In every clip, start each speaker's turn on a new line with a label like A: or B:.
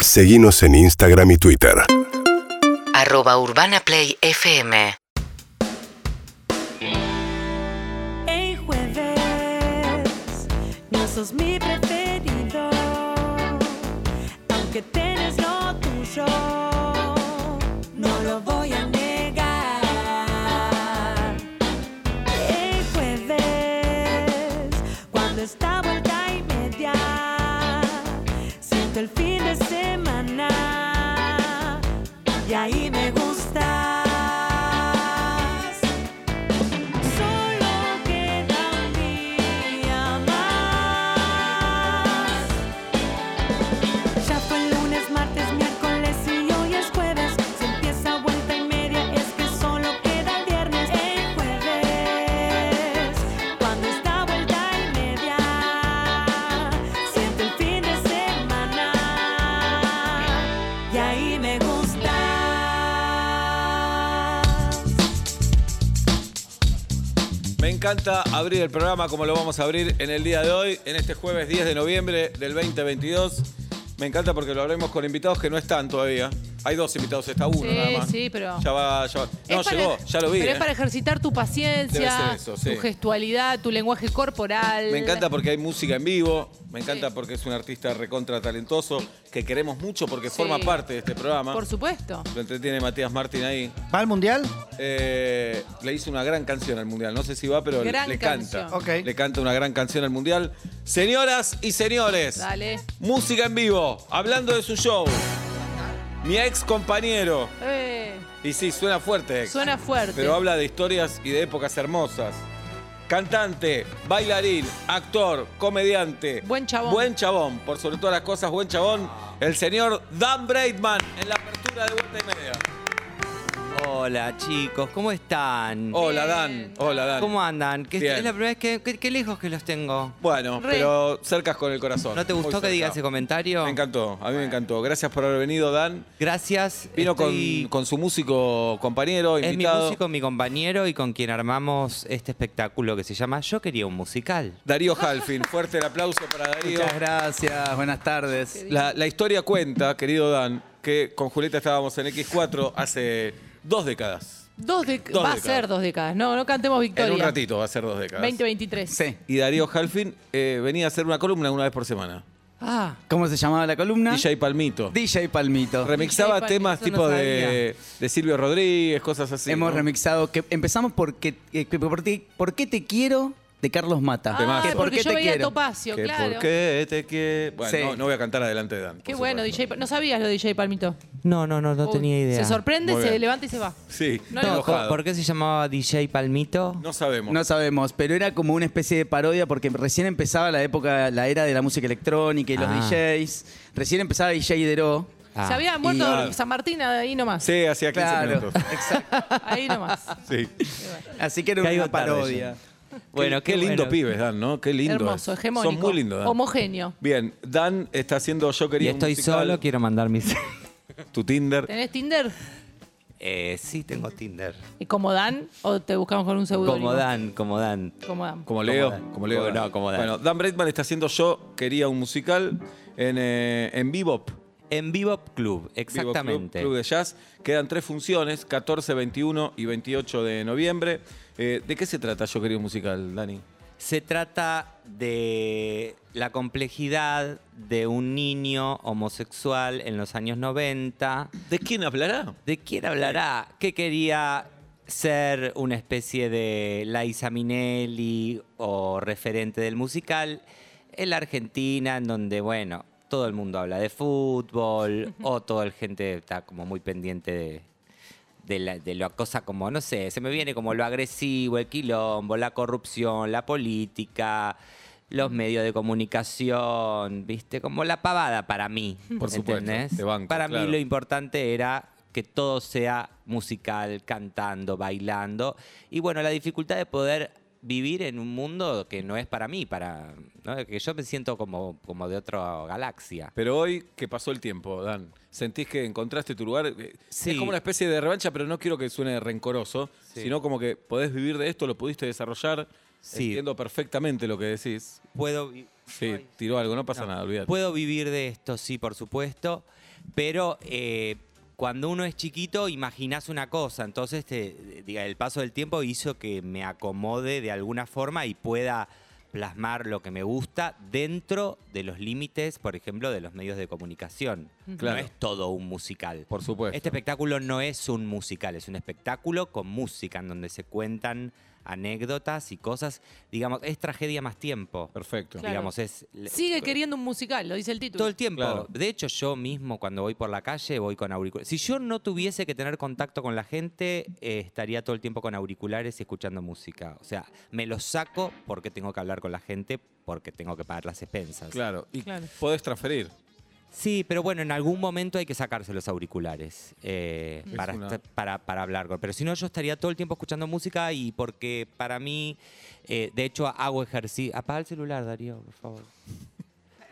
A: Seguimos en Instagram y Twitter.
B: arroba urbanaplayfm
C: Hey jueves, no sos mi preferido, aunque tenés lo tuyo, no lo voy a negar. Hey jueves, cuando está vuelta y media, siento el fin de semana y ahí me gustas. Solo queda un día más. Ya fue el lunes, martes, miércoles y hoy es jueves. Se empieza vuelta y media, es que solo queda el viernes. El jueves, cuando está vuelta y media, siento el fin de semana y ahí me gusta.
D: Me encanta abrir el programa como lo vamos a abrir en el día de hoy, en este jueves 10 de noviembre del 2022. Me encanta porque lo habremos con invitados que no están todavía. Hay dos invitados, está uno
E: Sí,
D: nada más.
E: sí, pero-
D: Ya va, ya va. No,
E: Es para-
D: llegó, ya lo vi.
E: Pero es
D: eh.
E: para ejercitar tu
D: Debe
E: paciencia,
D: ser eso, sí.
E: tu gestualidad, tu lenguaje corporal.
D: Me encanta porque hay música en vivo, me encanta porque es un artista recontra talentoso, que queremos mucho porque
E: Sí.
D: forma parte de este programa.
E: Por supuesto.
D: Lo entretiene Matías Martín ahí.
F: ¿Va al mundial?
D: Eh, le hizo una gran canción al Mundial. No sé si va, pero le-
E: Gran
D: le canta.
E: canción.
F: Ok.
D: Le canta una gran canción al Mundial. Señoras y señores,
E: Dale.
D: música en vivo, hablando de su show. Mi ex compañero.
E: Eh,
D: Y sí, suena fuerte. ex.
E: suena fuerte.
D: Pero habla de historias y de épocas hermosas. Cantante, bailarín, actor, comediante.
E: Buen chabón.
D: Buen chabón. Por sobre todas las cosas, buen chabón. El señor Dan Braidman en la apertura de Vuelta y Media.
G: Hola chicos, ¿cómo están?
D: Hola, Dan. Hola, Dan.
G: ¿Cómo andan? ¿Qué-
D: Bien.
G: es la primera vez que, que- que lejos que los tengo.
D: Bueno,
E: Re.
D: pero cercas con el corazón.
G: ¿No te
D: Muy
G: gustó que
D: cerca.
G: diga ese comentario?
D: Me encantó, a mí me encantó. Gracias por haber venido, Dan.
G: Gracias.
D: Vino
G: estoy-
D: con, con su músico compañero,
G: Es mi
D: invitado.
G: músico, mi compañero y con quien armamos este espectáculo que se llama Yo quería un musical.
D: Darío Halfin. Fuerte el aplauso para Darío.
F: Muchas gracias, buenas tardes.
D: La, la historia cuenta, querido Dan, que con Julieta estábamos en X4 hace dos décadas.
E: Dos de-
D: Dos
E: va a
D: décadas.
E: ser dos décadas. No, no cantemos victoria.
D: En un ratito va a ser dos décadas.
E: 2023.
F: Sí.
D: Y Darío Halfin eh, venía a hacer una columna una vez por semana.
G: Ah,
F: ¿Cómo se llamaba la columna?
D: DJ Palmito.
F: DJ Palmito.
D: Remixaba
E: DJ Palmito,
D: temas
G: eso
D: tipo
G: no
D: de, de Silvio Rodríguez, cosas así.
F: Hemos
D: ¿no?
F: remixado. Que empezamos por, que- eh, que- por, ti- por qué te quiero de Carlos Mata.
E: Ah,
D: Temazo.
F: Que
E: porque yo
F: te
E: veía a
F: quiero.
E: Topacio,
D: Que
E: claro.
D: ¿Por qué te que- Bueno,
F: Sí.
D: no, no voy a cantar adelante de Dan. por
E: Qué bueno,
D: supuesto.
E: DJ. Pa- No sabías lo de DJ Palmito.
G: no, no, no, no
E: Uy,
G: tenía idea.
E: Se sorprende,
D: Muy
E: se
D: bien.
E: levanta y se va.
D: Sí,
E: No,
G: No,
D: enojado.
G: ¿por- ¿Por qué se llamaba DJ Palmito?
D: No sabemos.
F: No sabemos, pero era como una especie de parodia porque recién empezaba la época, la era de la música electrónica y los
G: Ah.
F: DJs. Recién empezaba DJ Deró.
G: Ah.
E: se había muerto
D: Claro.
E: San Martín ahí nomás.
D: Sí, hacía 15
F: Claro,
D: minutos.
F: exacto.
E: Ahí nomás.
D: Sí.
F: Así que era
G: Caigo
F: una
G: tarde
F: parodia.
G: Bueno,
D: qué, lindo
G: bueno.
D: pibes, Dan, ¿no? Qué lindo.
E: Hermoso,
D: es.
E: hegemónico.
D: Son muy lindos, Dan.
E: Homogéneo.
D: Bien, Dan está haciendo Yo
G: Y
D: quería un
G: estoy
D: musical,
G: solo, quiero mandar mis...
D: tu Tinder.
E: ¿Tenés Tinder?
G: Eh, sí, tengo Tinder.
E: ¿Y ¿Como Dan o te buscamos con un seudónimo?
G: Como Dan, como Dan.
E: Como Dan.
D: Como Leo,
G: Dan.
D: como Leo.
G: Como- no, como Dan.
D: Bueno, Dan Breitman está haciendo Yo quería un musical en, eh, en Bebop.
G: En Bebop Club,
D: Vivo
G: exactamente.
D: Club, Club de Jazz. Quedan tres funciones, 14, 21 y 28 de noviembre. Eh, ¿De qué se trata Yo quería un musical, Dani?
G: Se trata de la complejidad de un niño homosexual en los años 90.
D: ¿De quién hablará?
G: ¿De quién hablará? Que quería ser una especie de Liza Minelli o referente del musical en la Argentina, en donde, bueno, todo el mundo habla de fútbol o toda la gente está como muy pendiente de, de, la, de la cosa como, no sé, se me viene como lo agresivo, el quilombo, la corrupción, la política, los medios de comunicación, ¿viste? Como la pavada para mí.
D: Por supuesto,
G: ¿entendés?
D: te banco,
G: para
D: claro.
G: mí lo importante era que todo sea musical, cantando, bailando. Y bueno, la dificultad de poder vivir en un mundo que no es para mí, para ¿no? que yo me siento como, como de otra galaxia.
D: Pero hoy, que pasó el tiempo, Dan? ¿Sentís que encontraste tu lugar? Eh,
G: Sí.
D: Es como una especie de revancha, pero no quiero que suene rencoroso,
G: Sí.
D: sino como que podés vivir de esto, lo pudiste desarrollar,
G: Sí.
D: Entiendo perfectamente lo que decís.
G: Puedo, vi-
D: Sí,
G: Ay.
D: tiró algo, no pasa nada, olvídate.
G: puedo vivir de esto, sí, por supuesto, pero eh, cuando uno es chiquito imaginas una cosa, entonces te- diga, el paso del tiempo hizo que me acomode de alguna forma y pueda plasmar lo que me gusta dentro de los límites, por ejemplo, de los medios de comunicación.
D: Claro.
G: No es todo un musical.
D: Por supuesto.
G: Este espectáculo no es un musical, es un espectáculo con música en donde se cuentan anécdotas y cosas, digamos, es tragedia más tiempo.
D: Perfecto.
E: Claro.
G: Digamos, es
E: Sigue queriendo un musical, lo dice el título.
G: todo el tiempo.
D: Claro.
G: De hecho, yo mismo cuando voy por la calle voy con auriculares. Si yo no tuviese que tener contacto con la gente, eh, estaría todo el tiempo con auriculares y escuchando música. O sea, me los saco porque tengo que hablar con la gente, porque tengo que pagar las expensas.
D: Claro. Y
E: Claro.
D: podés transferir.
G: Sí, pero bueno, en algún momento hay que sacarse los auriculares eh,
D: Es
G: para,
D: una-
G: esta- para, para hablar. con- Pero si no, yo estaría todo el tiempo escuchando música y porque para mí, eh, de hecho, hago ejercicio. Apaga el celular, Darío, por favor.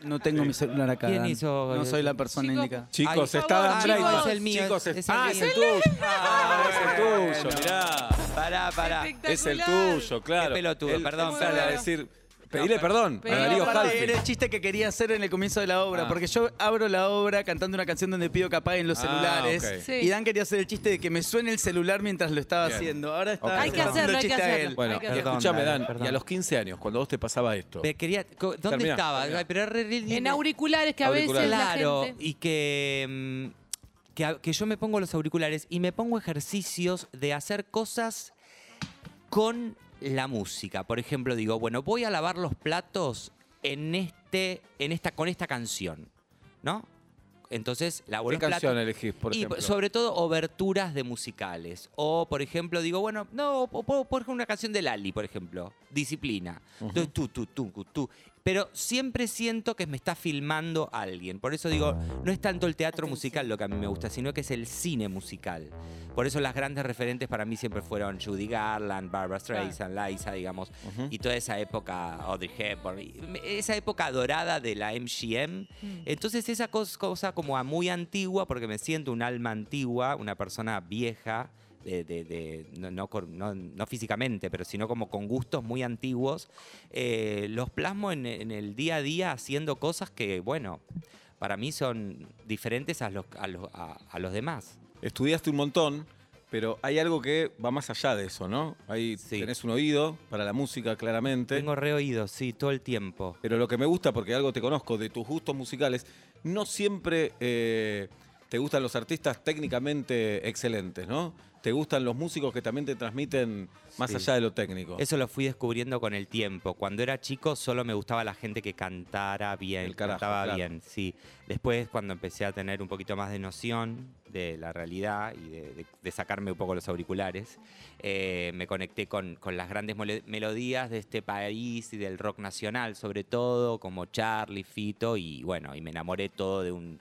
F: No tengo mi celular acá.
G: ¿Quién
F: Dan.
G: hizo-
F: No soy la persona
E: Chico.
F: indicada.
D: Chicos,
G: Ay,
D: está
E: por
D: Dan
E: favor,
D: Draper.
E: chicos, es
G: el mío,
D: Chicos,
G: es el
D: ah,
G: mío.
D: es el tuyo. Ah,
G: bueno.
D: es el tuyo, mirá.
G: Pará,
F: Ah,
E: este
G: pará.
D: Ah, Es el
E: Espectacular.
D: tuyo, claro.
G: Qué pelotudo,
D: Él
G: perdón,
D: sale
E: perdón.
D: a decir, pedile perdón a
E: Pero-
D: Darío
F: Pará,
D: Halfin.
F: Era el chiste que quería hacer en el comienzo de la obra, porque yo abro la obra cantando una canción donde pido que apaguen los
D: Ah,
F: celulares.
D: ok.
E: Sí.
F: Y Dan quería hacer el chiste de que me suene el celular mientras lo estaba
D: Bien.
F: haciendo. Ahora
D: Ok.
F: está
D: Hay que
F: haciendo
E: hacerlo, hay que
F: chiste a
E: hacerlo.
F: él.
D: Bueno,
E: Hay que
D: y
E: hacer-
D: escúchame,
G: Perdón,
D: Dan,
G: perdón.
D: y a los 15 años, cuando vos te pasaba esto,
G: Me quería, co- ¿Dónde
D: Terminá,
G: estaba?
D: terminá.
G: Ay, pero era re lindo.
E: En auriculares que a
D: Auriculares.
E: veces la
G: Claro,
E: gente-
G: y que, mm, que, a- que yo me pongo los auriculares y me pongo ejercicios de hacer cosas con la música. Por ejemplo, digo, bueno, voy a lavar los platos en este, en esta, con esta canción, ¿no? Entonces, lavo
D: ¿qué
G: los platos.
D: canción elegís, por
G: y
D: ejemplo?
G: sobre todo oberturas de musicales. O, por ejemplo, digo, bueno, no, o puedo poner una canción de Lali, por ejemplo. Disciplina. Entonces, tú, tú, tú, tú, tú. Pero siempre siento que me está filmando alguien. Por eso digo,
D: Ah.
G: no es tanto el teatro musical lo que a mí me gusta, sino que es el cine musical. Por eso las grandes referentes para mí siempre fueron Judy Garland, Barbara Streisand, Liza, digamos, y toda esa época, Audrey Hepburn, y me- esa época dorada de la MGM. Entonces esa cos- cosa como a muy antigua, porque me siento un alma antigua, una persona vieja, de, de- de- no, no cor- no- no físicamente, pero sino como con gustos muy antiguos, eh, los plasmo en, en el día a día haciendo cosas que, bueno, para mí son diferentes a los, a los, a- a los demás.
D: Estudiaste un montón, pero hay algo que va más allá de eso, ¿no? Ahí
G: Sí.
D: tenés un oído para la música, claramente.
G: Tengo reoído, sí, todo el tiempo.
D: Pero lo que me gusta, porque algo te conozco, de tus gustos musicales, no siempre eh, te gustan los artistas técnicamente excelentes, ¿no? Te gustan los músicos que también te transmiten más
G: Sí.
D: allá de lo técnico.
G: Eso lo fui descubriendo con el tiempo. Cuando era chico solo me gustaba la gente que cantara bien,
D: El carajo,
G: cantaba
D: claro.
G: bien, sí. Después cuando empecé a tener un poquito más de noción de la realidad y de, de- de sacarme un poco los auriculares, eh, me conecté con, con las grandes mole- melodías de este país y del rock nacional, sobre todo como Charlie, Fito y bueno, y me enamoré todo de un,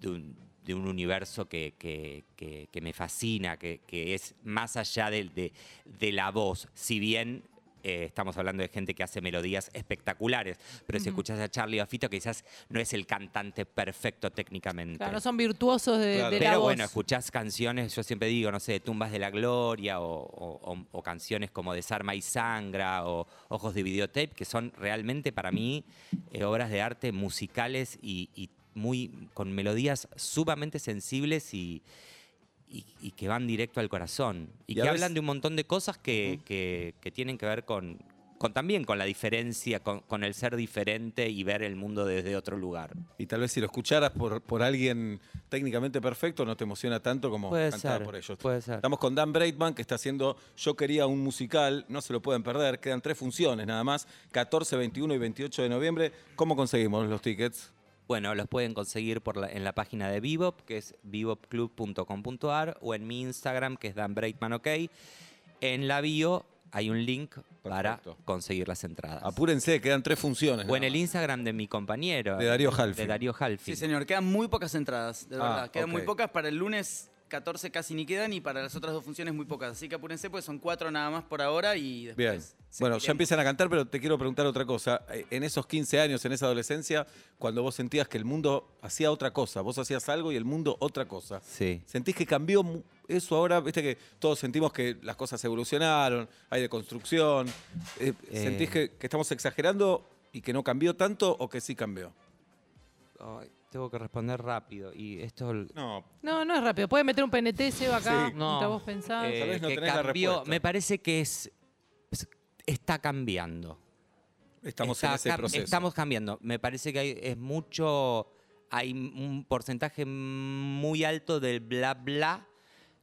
G: de un, de un universo que, que- que- que me fascina, que, que es más allá del- de, de la voz, si bien eh, estamos hablando de gente que hace melodías espectaculares, pero si escuchas a Charlie o a Fito, quizás no es el cantante perfecto técnicamente.
E: Claro, no son virtuosos de,
D: Claro.
E: de la
G: Pero
E: voz.
G: bueno, escuchás canciones, yo siempre digo, no sé, de Tumbas de la Gloria o, o- o- o canciones como Desarma y Sangra o Ojos de Videotape, que son realmente para mí eh, obras de arte musicales y, y muy con melodías sumamente sensibles y, y- y que van directo al corazón. Y,
D: Y a
G: que
D: veces-
G: hablan de un montón de cosas que, que- que tienen que ver con, con también con la diferencia, con- con el ser diferente y ver el mundo desde otro lugar.
D: Y tal vez si lo escucharas por, por alguien técnicamente perfecto, no te emociona tanto como
G: Puede
D: cantar
G: ser,
D: por ellos.
G: puede ser.
D: Estamos con Dan Breitman, que está haciendo Yo quería un musical, no se lo pueden perder, quedan tres funciones nada más, 14, 21 y 28 de noviembre. ¿Cómo conseguimos los tickets?
G: Bueno, los pueden conseguir por la- en la página de Bebop, que es bebopclub.com.ar, o en mi Instagram, que es Dan Breitman OK. En la bio hay un link para
D: Perfecto.
G: conseguir las entradas.
D: Apúrense, quedan tres funciones.
G: o en
D: nada
G: el
D: más.
G: Instagram de mi compañero.
D: De Darío
G: De
D: Halfin.
G: Darío Halfin.
F: Sí, señor, quedan muy pocas entradas, de
D: Ah,
F: verdad. Quedan
D: ok.
F: muy pocas para el lunes 14 casi ni quedan y para las otras dos funciones muy pocas. Así que apúrense, pues son cuatro nada más por ahora y después.
D: Bien. Bueno, ya
F: seguiremos.
D: empiezan a cantar, pero te quiero preguntar otra cosa. Eh, En esos 15 años, en esa adolescencia, cuando vos sentías que el mundo hacía otra cosa, vos hacías algo y el mundo otra cosa.
G: Sí.
D: ¿Sentís que cambió mu- eso ahora? Viste que todos sentimos que las cosas evolucionaron, hay deconstrucción. Eh,
G: Eh.
D: ¿Sentís que, que estamos exagerando y que no cambió tanto o que sí cambió?
G: Ay, tengo que responder rápido. Y esto.
D: No.
E: No, no es rápido. Puedes meter un PNT, Seba, acá.
D: Sí.
E: mientras vos pensás.
G: eh,
D: Tal vez no
G: que
D: tenés la
G: cambió.
D: respuesta.
G: Me parece que es. es- Está cambiando.
D: Estamos en
G: Está
D: ese
G: cam-
D: proceso.
G: Estamos cambiando. Me parece que hay, es mucho. Hay un porcentaje muy alto del bla bla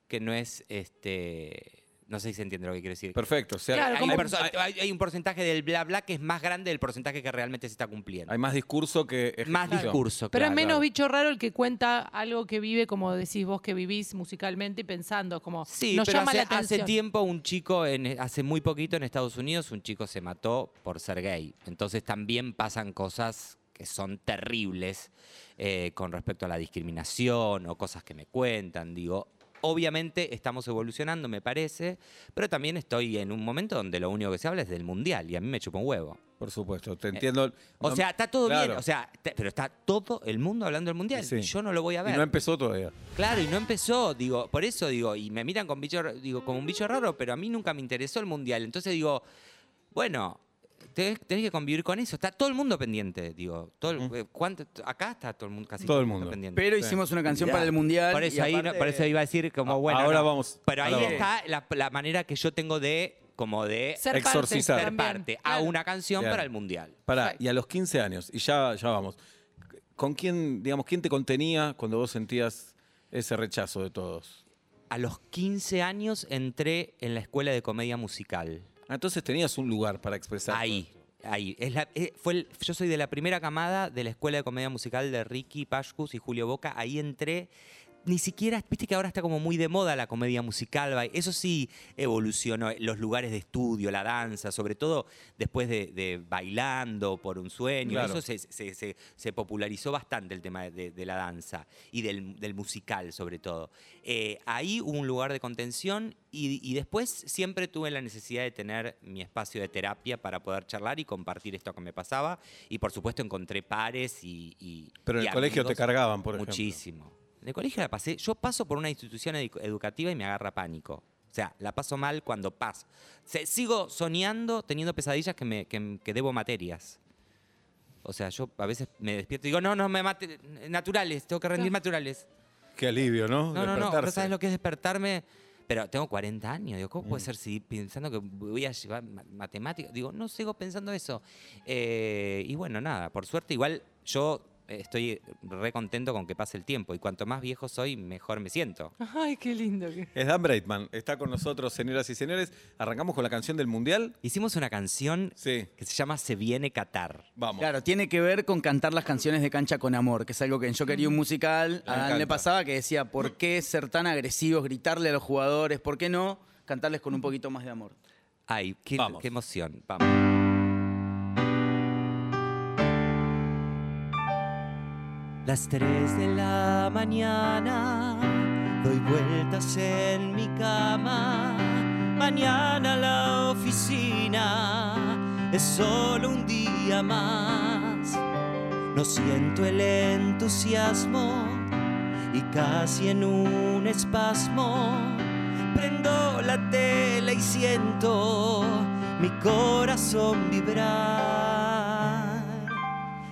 G: que no es este. No sé si se entiende lo que quiero decir.
D: Perfecto. o sea,
E: Claro,
G: Hay,
E: como-
G: perso-
D: hay-
G: hay- hay un porcentaje del bla bla que es más grande del porcentaje que realmente se está cumpliendo.
D: hay más discurso que
G: más
D: ejecución.
G: discurso.
E: Pero es
G: claro.
E: menos bicho raro el que cuenta algo que vive, como decís vos, que vivís musicalmente y pensando, como
G: Sí,
E: nos
G: pero
E: llama
G: hace,
E: la
G: hace
E: atención.
G: tiempo un chico, en- hace muy poquito en Estados Unidos, un chico se mató por ser gay. Entonces también pasan cosas que son terribles eh, con respecto a la discriminación o cosas que me cuentan. Digo, obviamente estamos evolucionando, me parece, pero también estoy en un momento donde lo único que se habla es del mundial y a mí me chupa un huevo.
D: Por supuesto, te entiendo.
G: Eh, O
D: No-
G: sea, está todo
D: Claro.
G: bien, o sea, te- pero está todo el mundo hablando del mundial
D: Sí.
G: y yo no lo voy a ver.
D: Y no empezó todavía.
G: Claro, y no empezó, digo, por eso digo, y me miran con bicho, digo, como un bicho raro, pero a mí nunca me interesó el mundial. Entonces digo, bueno, te- tenés que convivir con eso. Está todo el mundo pendiente, digo. Todo el- eh, ¿cuánto- acá está todo el mundo, casi
D: Todo el mundo.
G: pendiente.
F: Pero hicimos una canción para el mundial.
G: por
F: y
G: eso, ahí, no-
F: aparte-
G: por eso iba a decir como,
D: A-
G: bueno.
D: ahora
G: no.
D: vamos,
G: Pero ahí
D: ahora
G: está la, la manera que yo tengo de, como de ser,
E: Ser
D: Exorcizar.
E: parte, también.
G: parte a
E: Claro.
G: una canción
D: Claro.
G: para el mundial.
D: Pará, y a los 15 años, y ya, ya vamos. ¿Con quién, digamos, quién te contenía cuando vos sentías ese rechazo de todos?
G: A los 15 años entré en la escuela de comedia musical.
D: Ah, Entonces tenías un lugar para expresar.
G: Ahí, ahí. Es la- eh, fue el- yo soy de la primera camada de la Escuela de Comedia Musical de Ricky Pashkus y Julio Boca. Ahí entré. Ni siquiera, viste que ahora está como muy de moda la comedia musical. va, Eso sí evolucionó. eh, Los lugares de estudio, la danza, sobre todo después de, de bailando por un sueño.
D: Claro.
G: Eso se, se- se- se popularizó bastante el tema de, de la danza y del, del musical, sobre todo. Eh, ahí hubo un lugar de contención y, y después siempre tuve la necesidad de tener mi espacio de terapia para poder charlar y compartir esto que me pasaba. Y por supuesto encontré pares y. y-
D: Pero en
G: y
D: el colegio te
G: amigos.
D: cargaban, por ejemplo.
G: Muchísimo. En el colegio la pasé. Yo paso por una institución edu- educativa y me agarra pánico. O sea, la paso mal cuando paso. Se- sigo soñando, teniendo pesadillas que, me, que, que debo materias. O sea, yo a veces me despierto y digo, no, no, me mate, naturales, tengo que rendir naturales.
D: Qué alivio, ¿no?
G: No, no, no, no
D: Despertarse.
G: sabes lo que es despertarme. Pero tengo 40 años, digo, ¿cómo puede ser si pensando que voy a llevar ma- matemáticas? Digo, no sigo pensando eso. Eh, y bueno, nada, por suerte, igual yo eh, estoy re contento con que pase el tiempo. Y cuanto más viejo soy, mejor me siento.
E: Ay, qué lindo que.
D: Es Dan Breitman, está con nosotros, señoras y señores. Arrancamos con la canción del Mundial.
G: Hicimos una canción
D: Sí,
G: que se llama Se viene Qatar.
D: vamos.
F: Claro, tiene que ver con cantar las canciones de cancha con amor, que es algo que en Yo quería
D: Mm.
F: un musical
D: Me
F: a Dan le
D: encanta.
F: pasaba que decía, ¿por qué ser tan agresivos, gritarle a los jugadores? ¿Por qué no cantarles con un poquito más de amor?
G: Ay, qué,
D: Vamos.
G: qué emoción. Vamos. Las 3 de la mañana doy vueltas en mi cama. Mañana la oficina es solo un día más. No siento el entusiasmo y casi en un espasmo prendo la tela y siento mi corazón vibrar.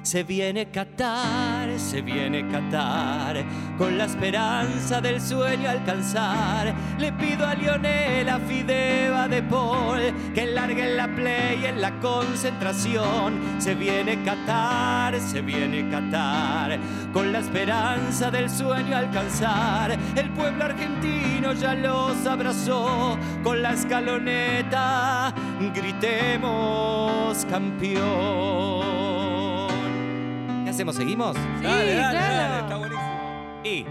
G: Se viene Qatar, se viene Qatar, con la esperanza del sueño alcanzar. Le pido a Lionel, a Fideva de Paul, que larguen la play en la concentración. Se viene Qatar, se viene Qatar, con la esperanza del sueño alcanzar. El pueblo argentino ya los abrazó, con la escaloneta gritemos campeón. ¿Qué hacemos? ¿Seguimos?
E: Sí,
D: Dale, dale,
E: claro.
D: dale, está buenísimo.
G: Y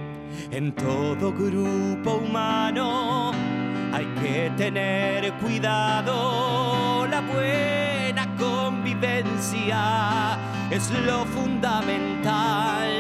G: en todo grupo humano hay que tener cuidado. La buena convivencia es lo fundamental.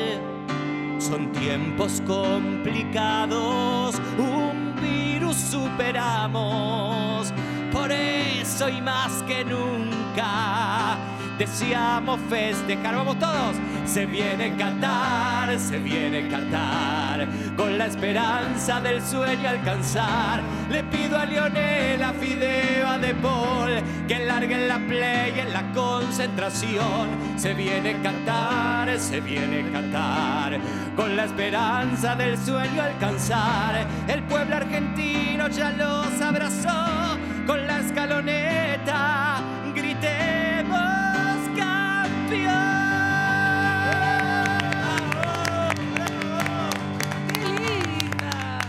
G: Son tiempos complicados, un virus superamos. Por eso y más que nunca deseamos festejar. Vamos todos. Se viene Qatar, se viene Qatar, con la esperanza del sueño alcanzar. Le pido a Lionel, a Fideo, a De Paul, que larguen la play en la concentración. Se viene Qatar, se viene Qatar, con la esperanza del sueño alcanzar. El pueblo argentino ya los abrazó con la escaloneta. Gritemos campeón.
E: ¡Qué linda!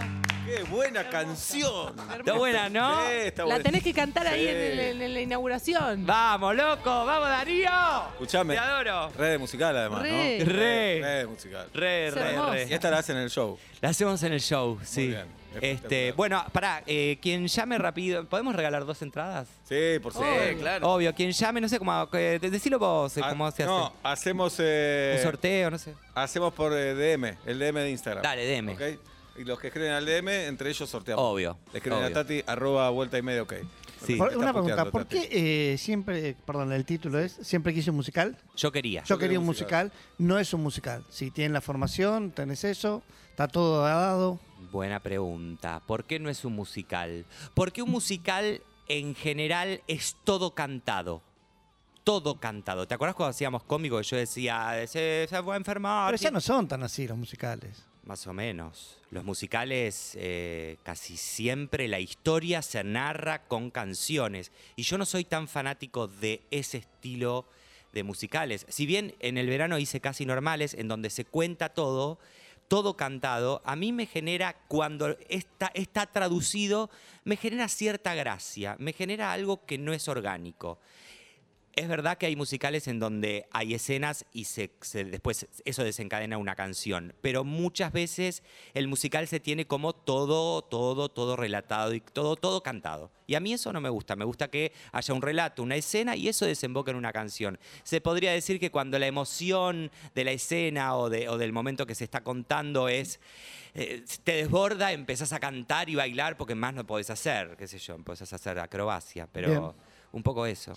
D: ¡Qué buena canción!
G: Está buena, ¿no?
D: Sí, está
E: La
D: buena.
E: tenés que cantar ahí
D: Sí.
E: en, el- en- en la inauguración.
G: Vamos, loco, vamos, Darío.
D: Escuchame.
G: Te adoro.
D: Red de musical, además,
E: Re.
D: ¿no?
G: Re.
D: Re de musical.
G: Re,
E: Es
G: re,
E: hermosa.
D: Y
G: re.
D: esta la hacen en el show.
G: La hacemos en el show, sí.
D: bien,
G: Este,
D: espectacular.
G: bueno, pará, eh, quien llame rápido, ¿podemos regalar dos entradas?
D: Sí, por supuesto.
F: claro.
G: Obvio, quien llame, no sé cómo, eh, de- decilo vos, eh,
D: Ah,
G: cómo se hace.
D: No, hacemos. eh,
G: Un sorteo, no sé.
D: Hacemos por eh, DM, el DM de Instagram.
G: Dale, DM.
D: ¿Ok? Y los que escriben al DM, entre ellos sorteamos.
G: Obvio,
D: Le escriben a
G: obvio.
D: Tati, arroba vuelta y media, ok.
G: Sí.
D: Me
H: Por-
D: está
H: una pregunta,
D: puteando,
H: ¿por
D: Tati.
H: qué eh, siempre, perdón, el título es Siempre quise un musical?
G: Yo quería.
H: Yo quería un musical, no es un musical. Si tienen la formación, tenés eso, está todo dado.
G: Buena pregunta. ¿Por qué no es un musical? Porque un musical en general es todo cantado. Todo cantado. ¿Te acuerdas cuando hacíamos cómico que yo decía, se, se va a enfermar?
H: Pero ya
G: ti-
H: no son tan así los musicales.
G: Más o menos. Los musicales, eh, casi siempre la historia se narra con canciones. Y yo no soy tan fanático de ese estilo de musicales. Si bien en el verano hice casi normales, en donde se cuenta todo, todo cantado, a mí me genera, cuando está, está traducido, me genera cierta gracia, me genera algo que no es orgánico. Es verdad que hay musicales en donde hay escenas y se, se- después eso desencadena una canción, pero muchas veces el musical se tiene como todo, todo, todo relatado y todo, todo cantado. Y a mí eso no me gusta, me gusta que haya un relato, una escena y eso desemboca en una canción. Se podría decir que cuando la emoción de la escena o, de- o del momento que se está contando es eh, te desborda, empezás a cantar y bailar porque más no podés hacer, qué sé yo, empezás a hacer acrobacia, pero
H: Bien.
G: un poco eso.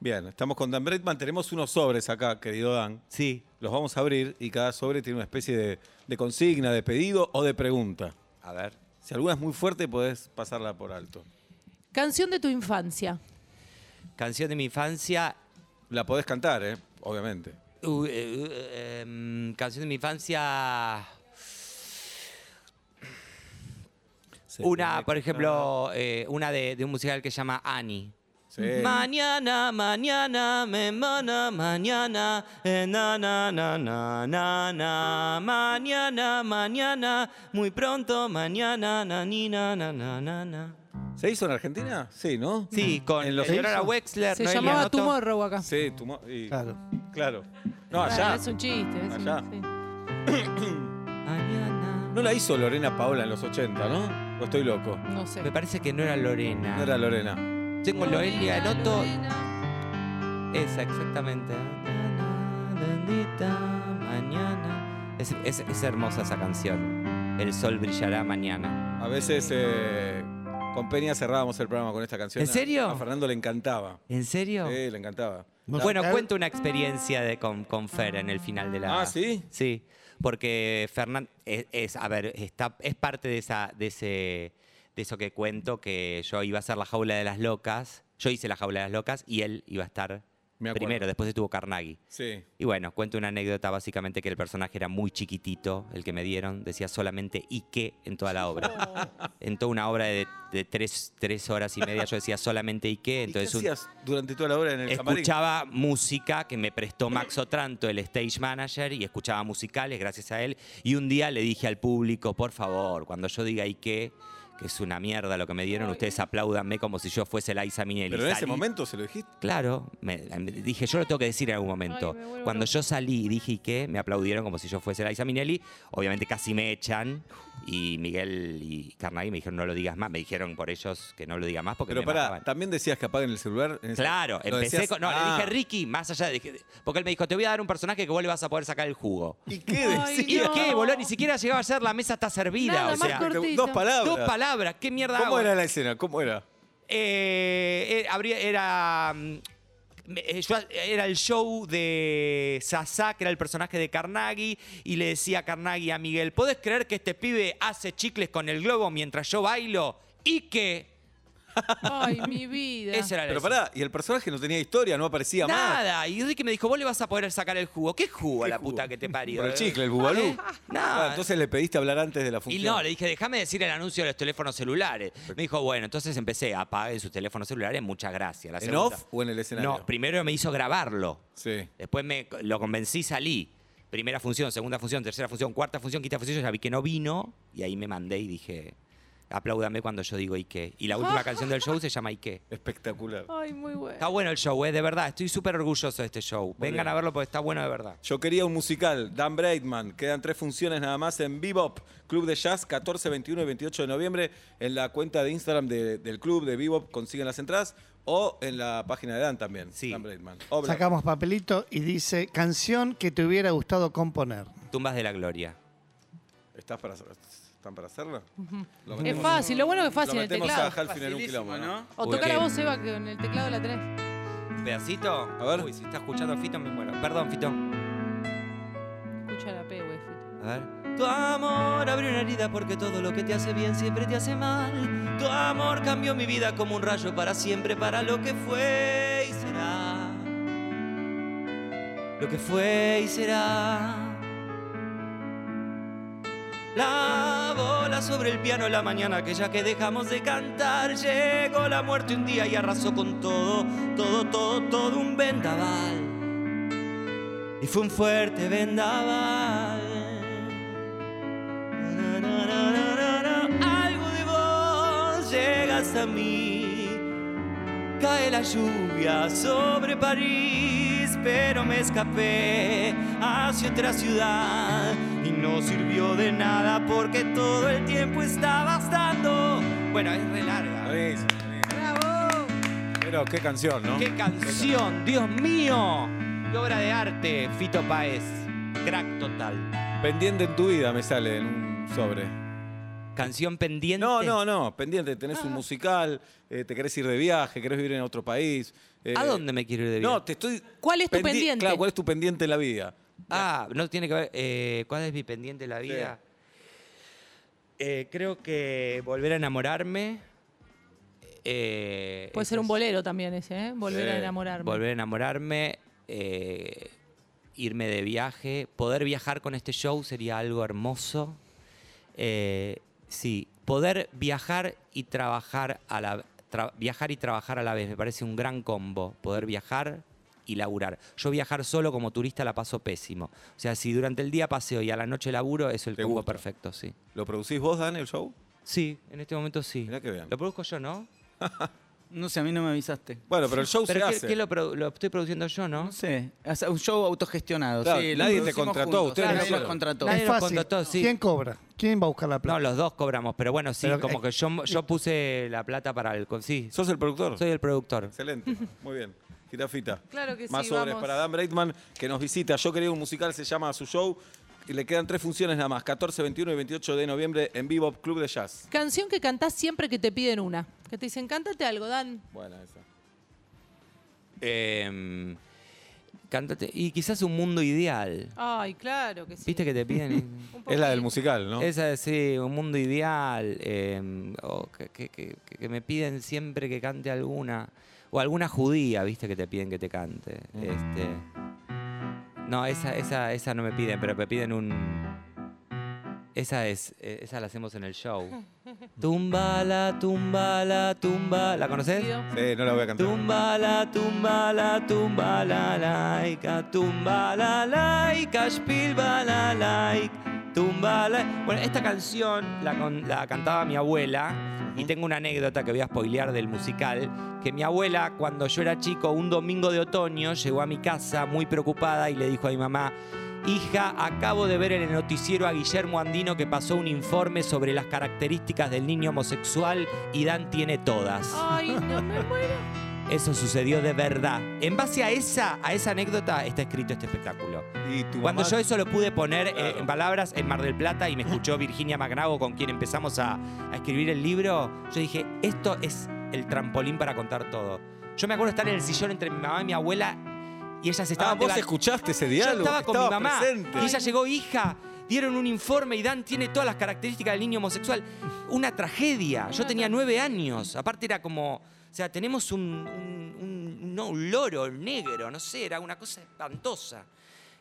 D: Bien, estamos con Dan Breitman. Tenemos unos sobres acá, querido Dan.
G: Sí,
D: Los vamos a abrir y cada sobre tiene una especie de, de consigna, de pedido o de pregunta.
G: A ver.
D: Si alguna es muy fuerte, podés pasarla por alto.
E: Canción de tu infancia.
G: Canción de mi infancia.
D: La podés cantar, ¿eh? Obviamente.
G: Uh, eh, uh, eh, em, canción de mi infancia. Una, por ejemplo, eh, una de, de un musical que se llama Annie.
D: Sí.
G: Mañana, mañana, me mana, mañana, eh, na, na, na, na, na, na, mañana, mañana, muy pronto, mañana, na, ni, na, na, na, na, na.
D: ¿Se hizo en Argentina? Sí, ¿no?
G: Sí, con
D: Ah. ¿En los
G: los Eleonora
D: Simpson?
G: Wexler.
E: Se
G: Noelia
E: llamaba
G: Noto.
E: Tomorrow acá.
D: Sí, tu mo- y-
H: Claro.
D: Claro. No,
E: Bueno,
D: allá.
E: Es un chiste. es un-
D: Allá.
E: sí.
G: Mañana.
D: No la hizo Lorena Paola en los 80, ¿no? ¿O estoy loco?
E: No sé.
G: Me parece que no era Lorena.
D: No era Lorena.
G: Tengo Loelia
E: Lorena,
G: Noto.
E: Lorena.
G: Esa, exactamente. Bendita mañana. Es, es- es hermosa esa canción. El sol brillará mañana.
D: A veces eh, con Peña cerrábamos el programa con esta canción.
G: ¿En
D: A-
G: serio?
D: A Fernando le encantaba.
G: ¿En serio?
D: Sí, le encantaba.
G: Bueno,
H: Musical.
G: cuento una experiencia de, con, con Fer en el final de la.
D: Ah, ¿sí?
G: Sí. Porque Fernán es, es- a ver, está, es parte de esa, de ese, de eso que cuento que yo iba a hacer la jaula de las locas. Yo hice la jaula de las locas y él iba a estar
D: Me acuerdo.
G: primero, después estuvo Carnaghi.
D: Sí.
G: Y bueno, cuento una anécdota básicamente que el personaje era muy chiquitito, el que me dieron, decía solamente Ike en toda la obra. En toda una obra de, de tres, tres horas y media yo decía solamente Ike,
D: Entonces,
G: entonces un-
D: hacías durante toda la hora en el camarín?
G: escuchaba música que me prestó Max Otranto, el stage manager, y escuchaba musicales gracias a él. Y un día le dije al público, por favor, cuando yo diga Ike, es una mierda lo que me dieron, ustedes aplaudanme como si yo fuese Liza Minelli.
D: Pero en ese
G: Salí-
D: momento se lo dijiste.
G: Claro, me- me dije, yo lo tengo que decir en algún momento.
E: Ay, me vuelvo
G: Cuando
E: loca.
G: yo salí y dije "¿Y qué, me aplaudieron como si yo fuese Liza Minelli. Obviamente casi me echan. Y Miguel y Carnaghi me dijeron, no lo digas más. Me dijeron por ellos que no lo diga más porque
D: Pero
G: me
D: pará,
G: mataban.
D: también decías que apaguen el celular. en ese-
G: Claro,
D: lo
G: empecé
D: decías-
G: con. No,
D: Ah.
G: le dije Ricky, más allá de. dije- Porque él me dijo, te voy a dar un personaje que vos le vas a poder sacar el jugo.
D: ¿Y qué decías?
E: Ay,
G: ¿Y
E: no.
G: qué, boludo? Ni siquiera llegaba a ser la mesa está servida.
E: Nada
G: o
E: más
G: sea,
E: cortito.
D: Dos palabras.
G: dos palabras, ¿qué mierda
D: ¿Cómo
G: hago?
D: era la escena? ¿Cómo era?
G: Eh, eh, habría- era. mm, me- eh, yo- era el show de Sasá, que era el personaje de Carnaghi, y le decía a Carnaghi a Miguel: ¿Podés creer que este pibe hace chicles con el globo mientras yo bailo? Y que.
E: Ay, mi vida.
G: Esa era la
D: Pero
G: escena.
D: pará, y el personaje no tenía historia, no aparecía más.
G: Nada. Y Ricky me dijo, vos le vas a poder sacar el jugo. ¿Qué jugo
D: ¿Qué
G: la
D: jugo?
G: puta que te parió?
D: Por el chicle, el bubalú.
G: ¿Eh?
D: Ah,
G: Nada.
D: entonces le pediste hablar antes de la
G: y
D: función.
G: no, le dije, déjame decir el anuncio de los teléfonos celulares. Me dijo, bueno, entonces empecé, apaguen sus teléfonos celulares, muchas gracias. La
D: ¿En
G: segunda-
D: off o en el escenario?
G: No, primero me hizo grabarlo.
D: Sí.
G: Después me lo convencí, salí. Primera función, segunda función, tercera función, cuarta función, quinta función, yo ya vi que no vino y ahí me mandé y dije, apláudame cuando yo digo ¿y qué? Y la última canción del show se llama ¿y qué?
D: Espectacular.
E: Ay, muy bueno.
G: Está bueno el show, ¿eh? de verdad. Estoy súper orgulloso de este show. Vengan
D: bien.
G: a verlo porque está bueno de verdad.
D: Yo quería un musical, Dan Braidman. Quedan tres funciones nada más en Bebop, Club de Jazz, 14, 21 y 28 de noviembre. En la cuenta de Instagram de- del club de Bebop consiguen las entradas o en la página de Dan también.
G: Sí.
D: Dan Braidman. Obra.
H: Sacamos papelito y dice canción que te hubiera gustado componer.
G: Tumbas de la Gloria.
D: ¿Estás para, ¿Están para hacerla? Lo
E: Es
D: metemos-
E: fácil, lo bueno es que es
D: Lo
E: fácil en el
D: metemos a
E: teclado.
D: Halfin en un quilombo, ¿no?
E: O toca la voz, Eva, que en el teclado la tenés.
G: ¿Pedacito? A
D: ver.
G: Uy, si está escuchando Fito me muero. Perdón, Fito.
E: Escucha la P, güey.
G: A ver. Tu amor abrió una herida porque todo lo que te hace bien siempre te hace mal. Tu amor cambió mi vida como un rayo para siempre, para lo que fue y será. Lo que fue y será. La bola sobre el piano la mañana que ya que dejamos de cantar llegó la muerte un día y arrasó con todo, todo, todo, todo un vendaval. Y fue un fuerte vendaval. Na, na, na, na, na, na. Algo de vos llegas a mí. Cae la lluvia sobre París, pero me escapé hacia otra ciudad y no sirvió de nada porque todo el tiempo estaba estando. Bueno, es re larga.
D: Buenísimo, buenísimo.
G: ¡Bravo!
D: Pero qué canción, ¿no?
G: ¡Qué canción! ¡Dios mío! ¡Qué obra de arte! Fito Paez. Crack total.
D: Pendiente en tu vida me sale en un sobre.
G: ¿Canción pendiente?
D: No, no, no, pendiente. Tenés un musical, eh, te querés ir de viaje, querés vivir en otro país. eh,
G: ¿A dónde me quiero ir de viaje?
D: No, te estoy.
E: ¿Cuál es tu
D: pendi-
E: pendiente?
D: Claro, ¿cuál es tu pendiente en la vida?
G: Ah, no tiene que ver. eh, ¿Cuál es mi pendiente de la vida? Eh, creo que volver a enamorarme. eh,
E: Puede
G: eso
E: ser un
G: es.
E: bolero también ese, ¿eh? Volver
D: Sí.
E: a enamorarme.
G: Volver a enamorarme. eh, irme de viaje. Poder viajar con este show sería algo hermoso. Eh, sí, poder viajar y trabajar a la tra- viajar y trabajar a la vez me parece un gran combo. Poder viajar y laburar. Yo viajar solo como turista la paso pésimo. O sea, si durante el día paseo y a la noche laburo es el
D: Te
G: combo
D: gusta.
G: perfecto, sí.
D: ¿Lo producís vos, Dan, el show?
G: Sí, en este momento sí.
D: Mirá qué bien.
G: Lo produzco yo, ¿no?
F: No sé, a mí no me avisaste.
D: Bueno, pero el show
G: Pero
D: se
G: ¿qué-
D: hace.
G: qué lo, produ- lo estoy produciendo yo, ¿no?
F: No sé. o sea, Un show autogestionado.
D: Claro,
F: sí, lo
D: nadie te
F: producimos
D: contrató,
F: juntos,
D: ustedes
F: nadie
D: lo
F: nos
D: hicieron.
F: contrató.
G: Nadie
H: es
G: nos
H: fácil.
G: contrató, sí.
H: ¿Quién cobra? ¿Quién va a buscar la
G: No,
H: plata?
G: los dos cobramos, pero bueno, sí,
H: Pero,
G: como
H: eh,
G: que yo, yo puse la plata para el... con- Sí,
D: ¿Sos el productor?
G: soy el productor.
D: Excelente. Muy bien. Girafita.
E: Claro que sí,
D: Más sobres
E: vamos.
D: para Dan Breitman, que nos visita. Yo quería un musical, se llama su show. Y le quedan tres funciones nada más: 14, 21 y 28 de noviembre en Vivo Club de Jazz.
E: Canción que cantás siempre que te piden una. Que te dicen, cántate algo, Dan.
D: Buena esa.
G: Eh, cántate. Y quizás un mundo ideal.
E: Ay, claro que sí.
G: Viste que te piden.
E: Un
D: Es la del
E: poquito.
D: musical, ¿no?
G: Esa es, sí, un mundo ideal. eh, o que, que- que- que me piden siempre que cante alguna. O alguna judía, viste, que te piden que te cante. Este. No, esa, esa, esa no me piden, pero me piden un. Esa es, eh, esa la hacemos en el show. Tumbala, tumbala, tumba. ¿La conoces?
D: Sí, no la voy a cantar.
G: Tumbala, tumbala, tumbala, laica, tumbala, laica, spilbala, laica, tumba la... Bueno, esta canción la, con- la cantaba mi abuela y tengo una anécdota que voy a spoilear del musical, que mi abuela cuando yo era chico, un domingo de otoño, llegó a mi casa muy preocupada y le dijo a mi mamá, hija, acabo de ver en el noticiero a Guillermo Andino que pasó un informe sobre las características del niño homosexual y Dan tiene todas.
E: Ay, no me muero.
G: Eso sucedió de verdad. En base a esa, a esa anécdota está escrito este espectáculo.
D: Y tu
G: Cuando
D: mamá-
G: yo eso lo pude poner eh,
D: Claro.
G: en palabras en Mar del Plata y me escuchó Virginia Magnavo, con quien empezamos a, a escribir el libro, yo dije, esto es el trampolín para contar todo. Yo me acuerdo estar en el sillón entre mi mamá y mi abuela y ellas
D: Ah,
G: estaban...
D: vos
G: deba-
D: escuchaste ese
G: yo
D: diálogo.
G: estaba con mi mamá
D: presente.
G: y ella llegó, hija, dieron un informe y Dan tiene todas las características del niño homosexual. Una tragedia. Yo tenía nueve años. Aparte era como, o sea, tenemos un, un- un- no, un loro negro, no sé, era una cosa espantosa.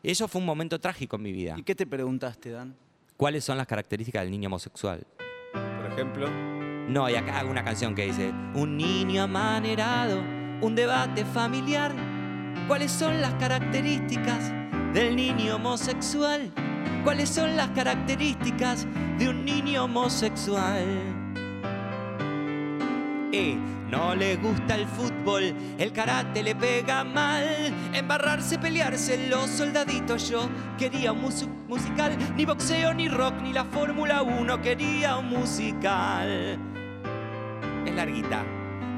G: Eso fue un momento trágico en mi vida.
F: ¿Y qué te preguntaste, Dan?
G: ¿Cuáles son las características del niño homosexual?
D: Por ejemplo.
G: No, y acá hago una canción que dice, un niño amanerado, un debate familiar, ¿cuáles son las características del niño homosexual? ¿Cuáles son las características de un niño homosexual? Eh, no le gusta el fútbol, el karate le pega mal. Embarrarse, pelearse, los soldaditos yo quería un musu- musical. Ni boxeo, ni rock, ni la Fórmula 1 quería un musical. Es larguita.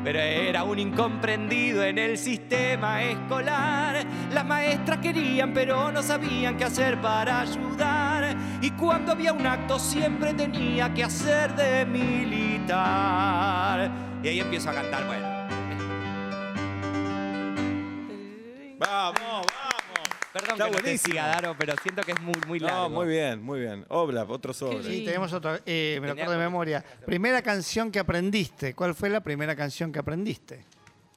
G: Pero era un incomprendido en el sistema escolar. Las maestras querían, pero no sabían qué hacer para ayudar. Y cuando había un acto siempre tenía que hacer de militar. Y ahí empiezo a cantar, bueno.
D: Vamos, vamos.
G: Perdón
D: Está
G: que no te
D: buenísimo.
G: siga, Daro, pero siento que es muy, muy largo.
D: No, muy bien, muy bien. Obla, otro sobre.
E: lindo.
H: Sí, tenemos otra. eh, me lo
G: Tenía
H: acuerdo de
G: otra.
H: memoria. Primera canción que aprendiste. ¿Cuál fue la primera canción que aprendiste?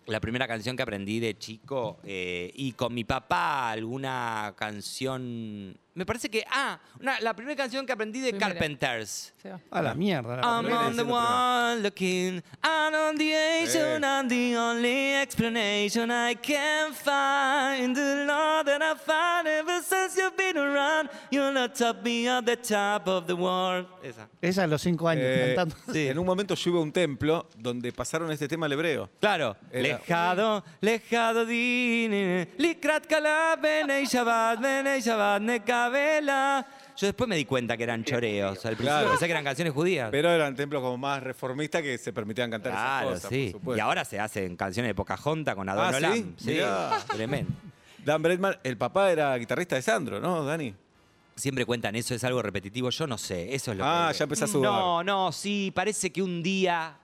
G: La primera canción que aprendí de chico eh, y con mi papá alguna canción... Me parece que... Ah, una- la primera canción que aprendí de
E: Primera.
G: Carpenters.
E: Se va.
H: A la mierda. la
G: I'm
H: primera.
G: on the one looking, I'm on the ocean, and the only explanation I can find. The love that I found ever since you've been around, you're not top me at the top of the world. Esa.
H: Esa a los cinco años
D: Eh,
H: cantando.
D: En un momento yo iba a un templo donde pasaron este tema al hebreo.
G: Claro.
D: Era-
G: Lejado, lejado dine, likrat kala, benei shabbat, benei shabbat, nekabela. Yo después me di cuenta que eran choreos. Al principio
D: Claro.
G: pensé que eran canciones judías.
D: Pero eran templos como más reformistas que se permitían cantar
G: Claro,
D: esas cosas,
G: sí.
D: por supuesto. Ah,
G: Y ahora se hacen canciones de Pocahontas con Adorno
D: ¿sí?
G: Lam.
D: Mirá.
G: tremendo.
D: Dan Bredman, el papá era guitarrista de Sandro, ¿no, Dani?
G: Siempre cuentan eso, es algo repetitivo. Yo no sé, eso es lo
D: Ah,
G: que... Mm,
D: ya empezás a dudar.
G: No, no, sí, parece que un día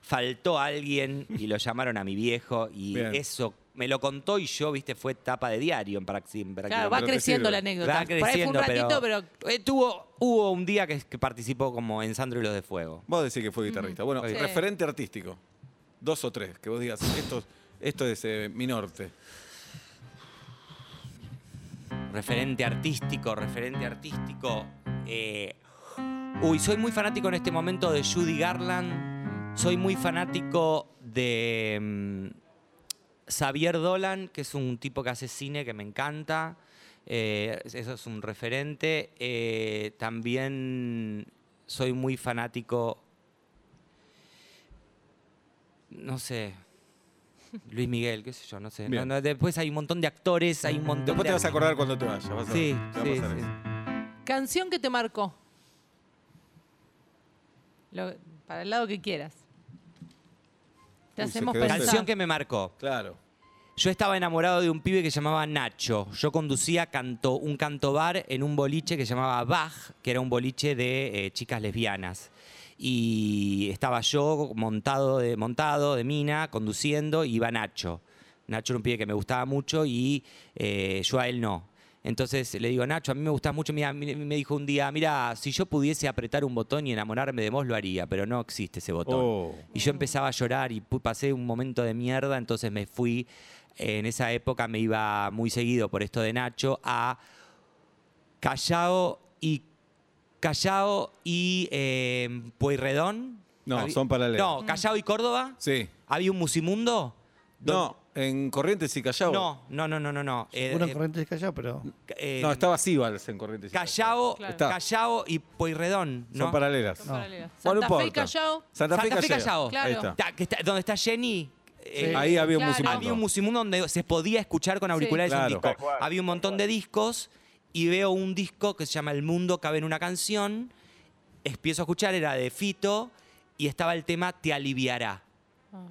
G: faltó alguien y lo llamaron a mi viejo y
D: Bien.
G: eso me lo contó y yo, viste, fue tapa de diario en Paraxim.
E: Claro,
D: Pero
E: va
D: que sirve.
E: creciendo la anécdota. Por ahí fue un ratito, pero...
G: eh, tuvo, hubo un día que, que participó como en Sandro y los de Fuego.
D: Vos decís que fue guitarrista. Bueno,
E: Sí.
D: referente artístico. Dos o tres, que vos digas, esto, esto es eh, mi norte.
G: Referente artístico, referente artístico. Eh, uy, soy muy fanático en este momento de Judy Garland. Soy muy fanático de mm, Xavier Dolan, que es un tipo que hace cine que me encanta. Eh, eso es un referente. Eh, también soy muy fanático, no sé, Luis Miguel, qué sé yo, no sé. No,
D: Bien.
G: no, después hay un montón de actores, hay un montón
D: Después
G: de
D: te vas a acordar cuando te vayas. vas a ver,
G: Sí,
D: te va a
G: sí,
D: pasar
G: sí.
D: eso.
E: Canción que te marcó. Lo- para el lado que quieras. Te
D: Uy, se
E: hacemos
D: quedó
E: pensar.
G: Canción que me marcó.
D: Claro.
G: Yo estaba enamorado de un pibe que se llamaba Nacho. Yo conducía canto, un cantobar en un boliche que se llamaba Bach, que era un boliche de eh, chicas lesbianas. Y estaba yo montado de, montado de mina, conduciendo, y iba Nacho. Nacho era un pibe que me gustaba mucho y eh, yo a él no. Entonces le digo, Nacho, a mí me gustás mucho. Mira, mi- me dijo un día, mira, si yo pudiese apretar un botón y enamorarme de vos, lo haría, pero no existe ese botón.
D: Oh.
G: Y yo empezaba a llorar y pu- pasé un momento de mierda, entonces me fui. eh, En esa época me iba muy seguido por esto de Nacho a Callao y Callao y eh, Pueyrredón.
D: No,
G: Habí-
D: son paralelas.
G: No, Callao y Córdoba.
D: Sí.
G: Había un musimundo.
D: No, En Corrientes y Callao.
G: No, no, no, no, no. No, Eh,
H: Uno en
G: eh,
H: Corrientes y Callao, pero.
G: eh,
D: No, estaba Sivals en Corrientes. y
G: Callao,
E: Claro.
D: Está.
G: Callao y Pueyrredón, ¿no?
D: Son paralelas.
E: Son paralelas.
D: Bueno,
E: Oh. Santa Fe y
D: importa.
E: Callao.
D: Santa Fe y
G: Santa Fe y
D: Callao.
G: Callao.
E: Claro.
D: Ahí está.
G: Ta- que está- donde está Jenny. eh,
H: Sí.
D: Ahí había un
E: Claro.
D: musimundo.
G: Había un musimundo donde se podía escuchar con auriculares
D: Sí.
G: un
D: Claro.
G: disco. Había un montón de discos y veo un disco que se llama El Mundo Cabe en una canción. Empiezo a escuchar, era de Fito y estaba el tema Te aliviará.
E: Ah.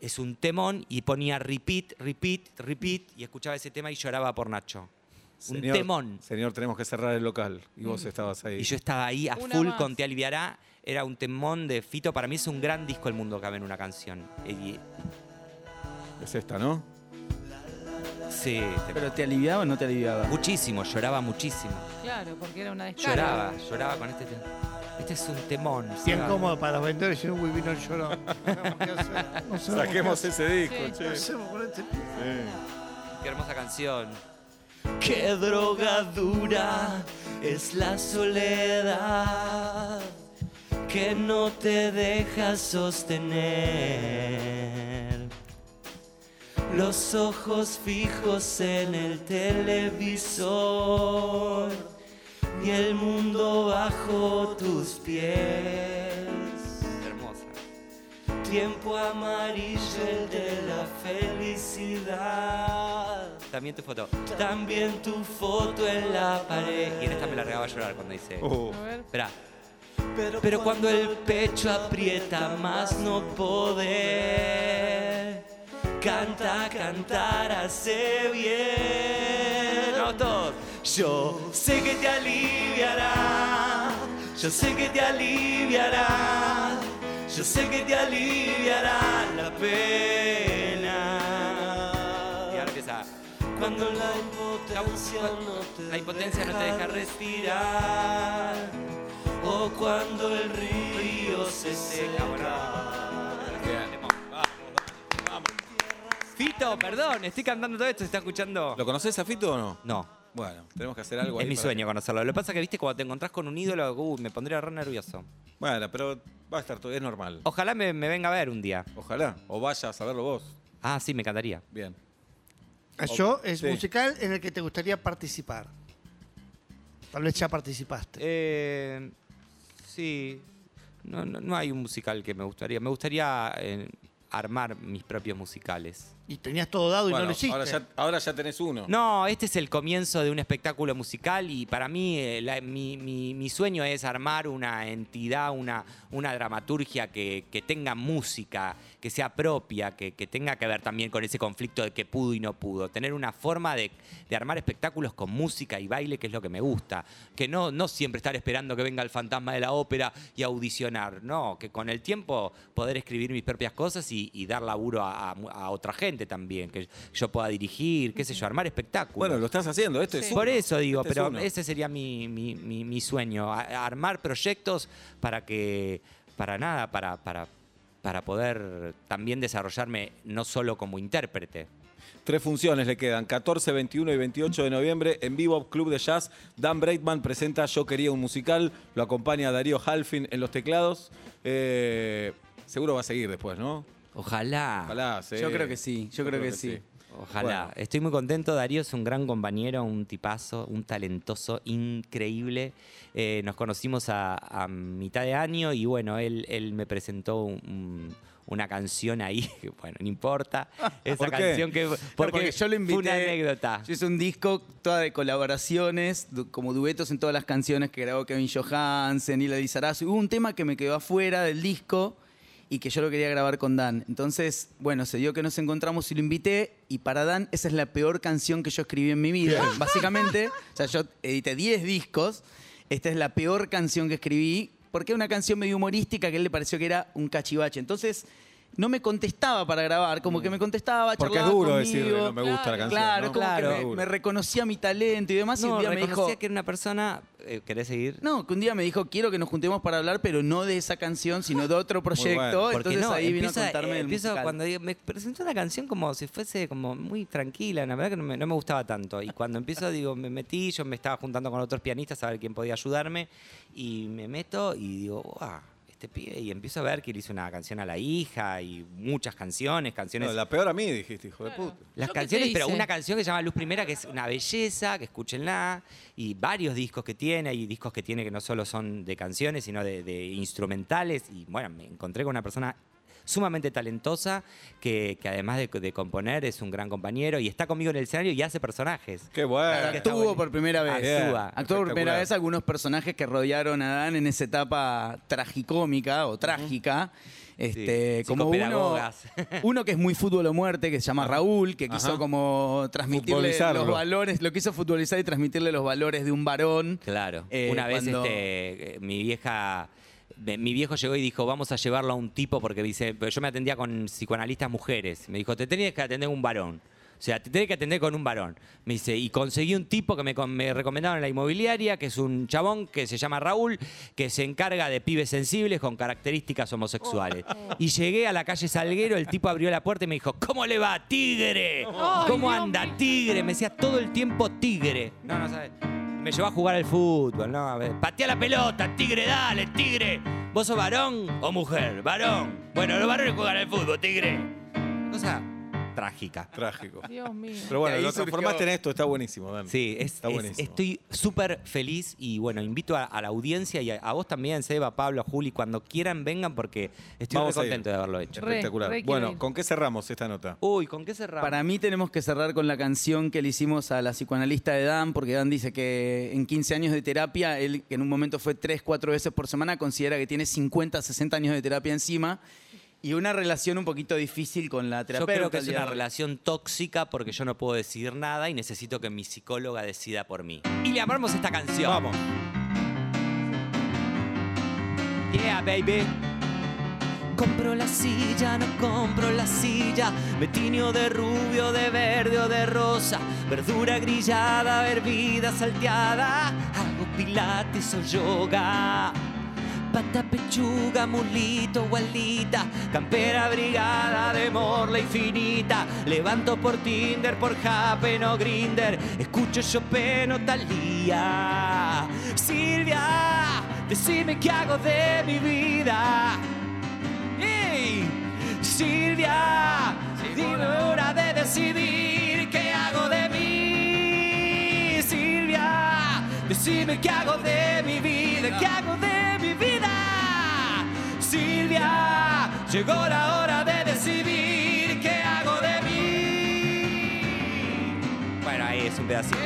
G: Es un temón y ponía repeat, repeat, repeat y escuchaba ese tema y lloraba por Nacho.
D: Señor,
G: un temón. Mm.
D: Señor, tenemos que cerrar el local. Y vos estabas ahí.
G: Y yo estaba ahí a
E: Una
G: full
E: más.
G: con Te aliviará. Era un temón de Fito. Para mí es un gran disco El Mundo Cabe en una canción. Y-
D: Es esta, ¿no?
G: sí, te-
F: ¿Pero te aliviaba o no te aliviaba?
G: muchísimo, lloraba muchísimo.
E: Claro, porque era una descarga.
G: Lloraba, lloraba con este tema. Este es un temón.
H: Bien
G: Seba.
H: cómodo para los vendedores y un Wii vino lloró. No sabemos qué hacer. No sabemos qué
D: Saquemos
H: hacer.
D: ese disco,
E: Sí.
D: che.
H: No hacemos con este pibe.
G: Qué hermosa canción. Qué drogadura es la soledad que no te deja sostener. Los ojos fijos en el televisor y el mundo bajo tus pies. Hermosa. Tiempo amarillo el de la felicidad. También tu foto. También tu foto en la pared. Y en esta me la regaba a llorar cuando dice.
D: Uh,
E: A ver.
G: Esperá. Pero, cuando el pecho aprieta más no poder, canta, cantar, hace bien. No, todos. Yo sé que te aliviará, yo sé que te aliviará, yo sé que te aliviará la pena. Y ahora empieza. Cuando la impotencia no te, la impotencia no te deja respirar o cuando el río se seca. Fito, perdón, estoy cantando todo esto, ¿se está escuchando?
D: ¿Lo conoces a Fito o no?
G: No,
D: Bueno, tenemos que hacer algo
G: es
D: ahí
G: mi
D: para-
G: sueño conocerlo. Lo que pasa es que, viste, cuando te encontrás con un ídolo, uh, me pondría re nervioso.
D: Bueno, pero va a estar todo, es normal.
G: Ojalá me, me venga a ver un día.
D: Ojalá. O vayas a verlo vos.
G: Ah, sí, me encantaría.
D: Bien.
H: Calló Ah, es
D: Sí.
H: musical en el que te gustaría participar. Tal vez ya participaste.
G: Eh, sí, no, no, no hay un musical que me gustaría. Me gustaría eh, armar mis propios musicales.
H: Y tenías todo dado y
D: Bueno,
H: no lo hiciste.
D: ahora, ya, ahora ya tenés uno.
G: No, este es el comienzo de un espectáculo musical y para mí eh, la- mi, mi- mi sueño es armar una entidad, una, una dramaturgia que, que tenga música, que sea propia, que, que tenga que ver también con ese conflicto de que pudo y no pudo. Tener una forma de, de armar espectáculos con música y baile, que es lo que me gusta. Que no, no siempre estar esperando que venga el fantasma de la ópera y audicionar. No, que con el tiempo poder escribir mis propias cosas y, y dar laburo a, a mu- a otra gente también. Que yo pueda dirigir, qué sé yo, armar espectáculos.
D: Bueno, lo estás haciendo, esto
E: Sí.
D: es
G: Por eso digo,
D: Este es
G: pero
D: uno.
G: ese sería mi, mi- mi- mi sueño, a- armar proyectos para que, para nada, para, para, para poder también desarrollarme no solo como intérprete.
D: Tres funciones le quedan, 14, 21 y 28 de noviembre en Vivo Club de Jazz. Dan Breitman presenta Yo Quería un Musical, lo acompaña Darío Halfin en los teclados. Eh, seguro va a seguir después, ¿no?
G: Ojalá.
D: Ojalá. sí.
F: Ah, Yo creo que sí, yo creo que sí.
G: Ojalá.
D: Bueno.
G: Estoy muy contento. Darío es un gran compañero, un tipazo, un talentoso, increíble. Eh, nos conocimos a, a mitad de año y bueno, él, él me presentó un- un- una canción ahí, que, bueno, no importa. Esa
D: ¿Por qué?
G: canción que. Porque,
F: No, porque yo lo invité.
G: Fue una anécdota.
F: Yo hice un disco toda de colaboraciones, du- como duetos en todas las canciones que grabó Kevin Johansen, Hila Lizarazu. Hubo un tema que me quedó afuera del disco y que yo lo quería grabar con Dan. Entonces, bueno, se dio que nos encontramos y lo invité. Y para Dan, esa es la peor canción que yo escribí en mi vida. Básicamente, o sea, yo edité 10 discos. Esta es la peor canción que escribí porque era una canción medio humorística que a él le pareció que era un cachivache. Entonces, no me contestaba para grabar, como que me contestaba,
D: Porque es
F: charlaba
D: duro
F: conmigo.
D: decirle no me gusta la canción.
F: Claro,
D: ¿no?
F: como
G: Claro.
F: que me, me reconocía mi talento y demás. y
G: No,
F: un día me
G: reconocía
F: dijo.
G: que era una persona. eh, ¿Querés seguir?
F: No, que un día me dijo, quiero que nos juntemos para hablar, pero no de esa canción, sino de otro proyecto.
D: bueno,
F: Entonces ahí vino a
G: empieza,
F: contarme
G: eh,
F: del
G: empiezo
F: musical.
G: cuando digo- me presentó una canción como si fuese como muy tranquila, la verdad que no me, no me gustaba tanto. Y cuando empiezo, digo, me metí, yo me estaba juntando con otros pianistas a ver quién podía ayudarme, y me meto y digo, "Buah, este pibe? Y empiezo a ver que le hizo una canción a la hija y muchas canciones, canciones.
D: No, la peor a mí, dijiste, hijo de
E: Claro.
D: puta.
G: Las
E: ¿Yo qué te
G: canciones, pero
E: hice?
G: una canción que se llama Luz Primera, que es una belleza, que escúchenla, y varios discos que tiene, hay discos que tiene que no solo son de canciones, sino de, de instrumentales, y bueno, me encontré con una persona sumamente talentosa, que, que además de, de componer es un gran compañero, y está conmigo en el escenario y hace personajes.
D: Qué bueno.
G: Claro, que- está
F: Actuó
G: bueno.
F: por primera vez.
G: Actúa.
F: Actuó por primera
D: Espectacular.
F: vez algunos personajes que rodearon a Dan en esa etapa tragicómica o trágica. Este,
G: Sí,
F: como uno,
G: psicopedagogas.
F: uno que es muy fútbol o muerte, que se llama Raúl, que quiso
D: Ajá.
F: como transmitirle
D: Futbolizarlo.
F: los valores, lo quiso futbolizar y transmitirle los valores de un varón.
G: Claro.
F: Eh,
G: Una vez
F: cuando-
G: este, eh, mi vieja. me- Mi viejo llegó y dijo, vamos a llevarlo a un tipo, porque dice, pero yo me atendía con psicoanalistas mujeres. Me dijo, te tenías que atender un varón. O sea, te tenés que atender con un varón. Me dice, y conseguí un tipo que me, con- me recomendaron en la inmobiliaria, que es un chabón que se llama Raúl, que se encarga de pibes sensibles con características homosexuales.
E: Oh.
G: Y llegué a la calle Salguero, el tipo abrió la puerta y me dijo, ¿cómo le va, tigre?
E: Ay,
G: ¿Cómo
E: Dios
G: anda,
E: mío.
G: tigre? Me decía todo el tiempo tigre. No, no sabes. Me llevó a jugar al fútbol, ¿no? A ver, patea la pelota, tigre, dale, tigre. ¿Vos sos varón o mujer? Varón. Bueno, los varones juegan al fútbol, tigre. Cosa trágica.
D: Trágico.
E: Dios mío.
D: Pero bueno,
F: ahí
D: lo
F: surgió-
D: transformaste en esto, está buenísimo, Dan.
G: Sí, es-
D: está
G: es-
D: buenísimo.
G: estoy súper feliz y bueno, invito a, a la audiencia y a, a vos también, Seba, Pablo, Juli, cuando quieran vengan porque estoy
D: Vamos
G: muy
D: a ir.
G: contento de haberlo hecho.
E: Re,
D: Espectacular.
E: re quiero
D: bueno,
E: ir.
D: ¿con qué cerramos esta nota?
G: Uy, ¿con qué cerramos?
F: Para mí tenemos que cerrar con la canción que le hicimos a la psicoanalista de Dan, porque Dan dice que en 15 años de terapia, él que en un momento fue 3, 4 veces por semana, considera que tiene 50, 60 años de terapia encima y una relación un poquito difícil con la
G: Yo
F: terapeuta.
G: creo que
F: al
G: es
F: día
G: una
F: de hoy.
G: relación tóxica porque yo no puedo decidir nada y necesito que mi psicóloga decida por mí. Y le amamos esta canción.
D: Vamos.
G: Yeah, baby. Compro la silla, no compro la silla. Me tiño de rubio, de verde o de rosa. Verdura grillada, hervida, salteada. Hago pilates o yoga. Pata, pechuga, mulito o alita. Campera brigada de morla infinita. Levanto por Tinder, por Happen o Grinder. Escucho Chopin o Talía. Silvia, decime qué hago de mi vida. ¡Ey! Silvia, dime hora de decidir qué hago de mí. Silvia, decime qué hago de mi vida, qué hago de mi vida. Silvia, llegó la hora de decidir qué hago de mí. Bueno, ahí es un pedacito.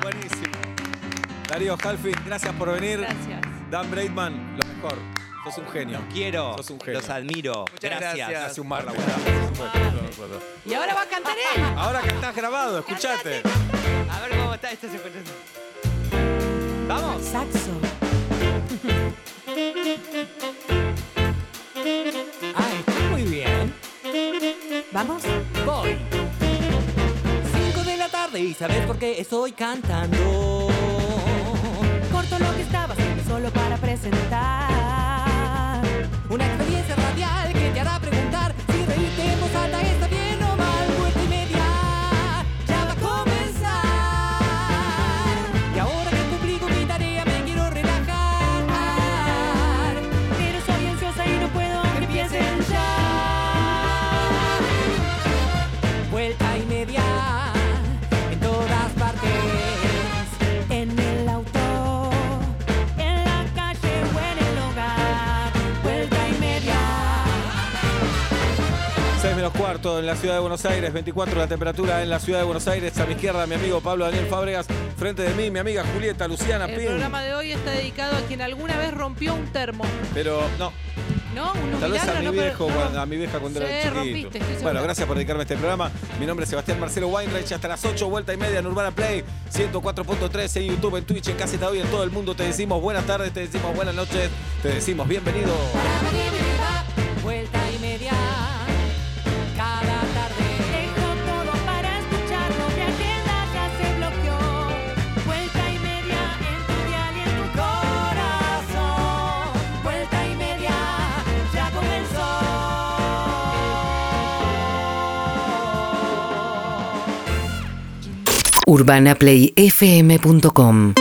D: Buenísimo. Darío Halfin, gracias por venir.
E: Gracias.
D: Dan Braidman, lo mejor. Sos un genio.
G: Quiero,
D: Sos un genio.
G: los admiro.
F: gracias.
D: Hace un mar laburado.
E: Y ahora va a cantar él.
D: Ahora que estás grabado, escuchate.
G: A ver cómo está esto. Vamos.
C: Saxo.
G: Ay, está muy bien.
C: Vamos.
G: Voy. 5 de la tarde y sabes por qué estoy cantando.
C: Corto lo que estaba haciendo solo para presentar.
G: Una experiencia radial que te hará preguntar si reírte en voz alta está bien o mal. Vuelta y media ya va a comenzar. Y ahora que cumplí con mi tarea me quiero relajar.
C: Pero soy ansiosa y no puedo que empiecen ya.
G: Vuelta y media en todas partes.
C: En el auto, en la calle o en el hogar. Vuelta y media.
D: 6 menos cuarto en la ciudad de Buenos Aires, 24 la temperatura en la ciudad de Buenos Aires. A mi izquierda, mi amigo Pablo Daniel Fábregas. Frente de mí, mi amiga Julieta Luciana
E: El
D: Pin.
E: programa de hoy está dedicado a quien alguna vez rompió un termo,
D: Pero no,
E: ¿no? Unos
D: Tal vez a
E: milagros,
D: mi,
E: no, pero-
D: viejo,
E: no,
D: cuando- a mi vieja cuando
E: Sí,
D: era chiquito.
E: rompiste, estoy segura.
D: bueno, gracias por dedicarme a este programa. Mi nombre es Sebastián Marcelo Weinreich. Hasta las 8, vuelta y media en Urbana Play. 104.3 en YouTube, en Twitch, en Caseta Hoy, en todo el mundo. Te decimos buenas tardes, te decimos buenas noches, te decimos bienvenido.
G: Vuelta y media cada tarde.
C: Dejo todo para escucharlo. Mi agenda ya se bloqueó. Vuelta y media en tu dial y en tu corazón. Vuelta y media ya comenzó.
B: urbanaplayfm.com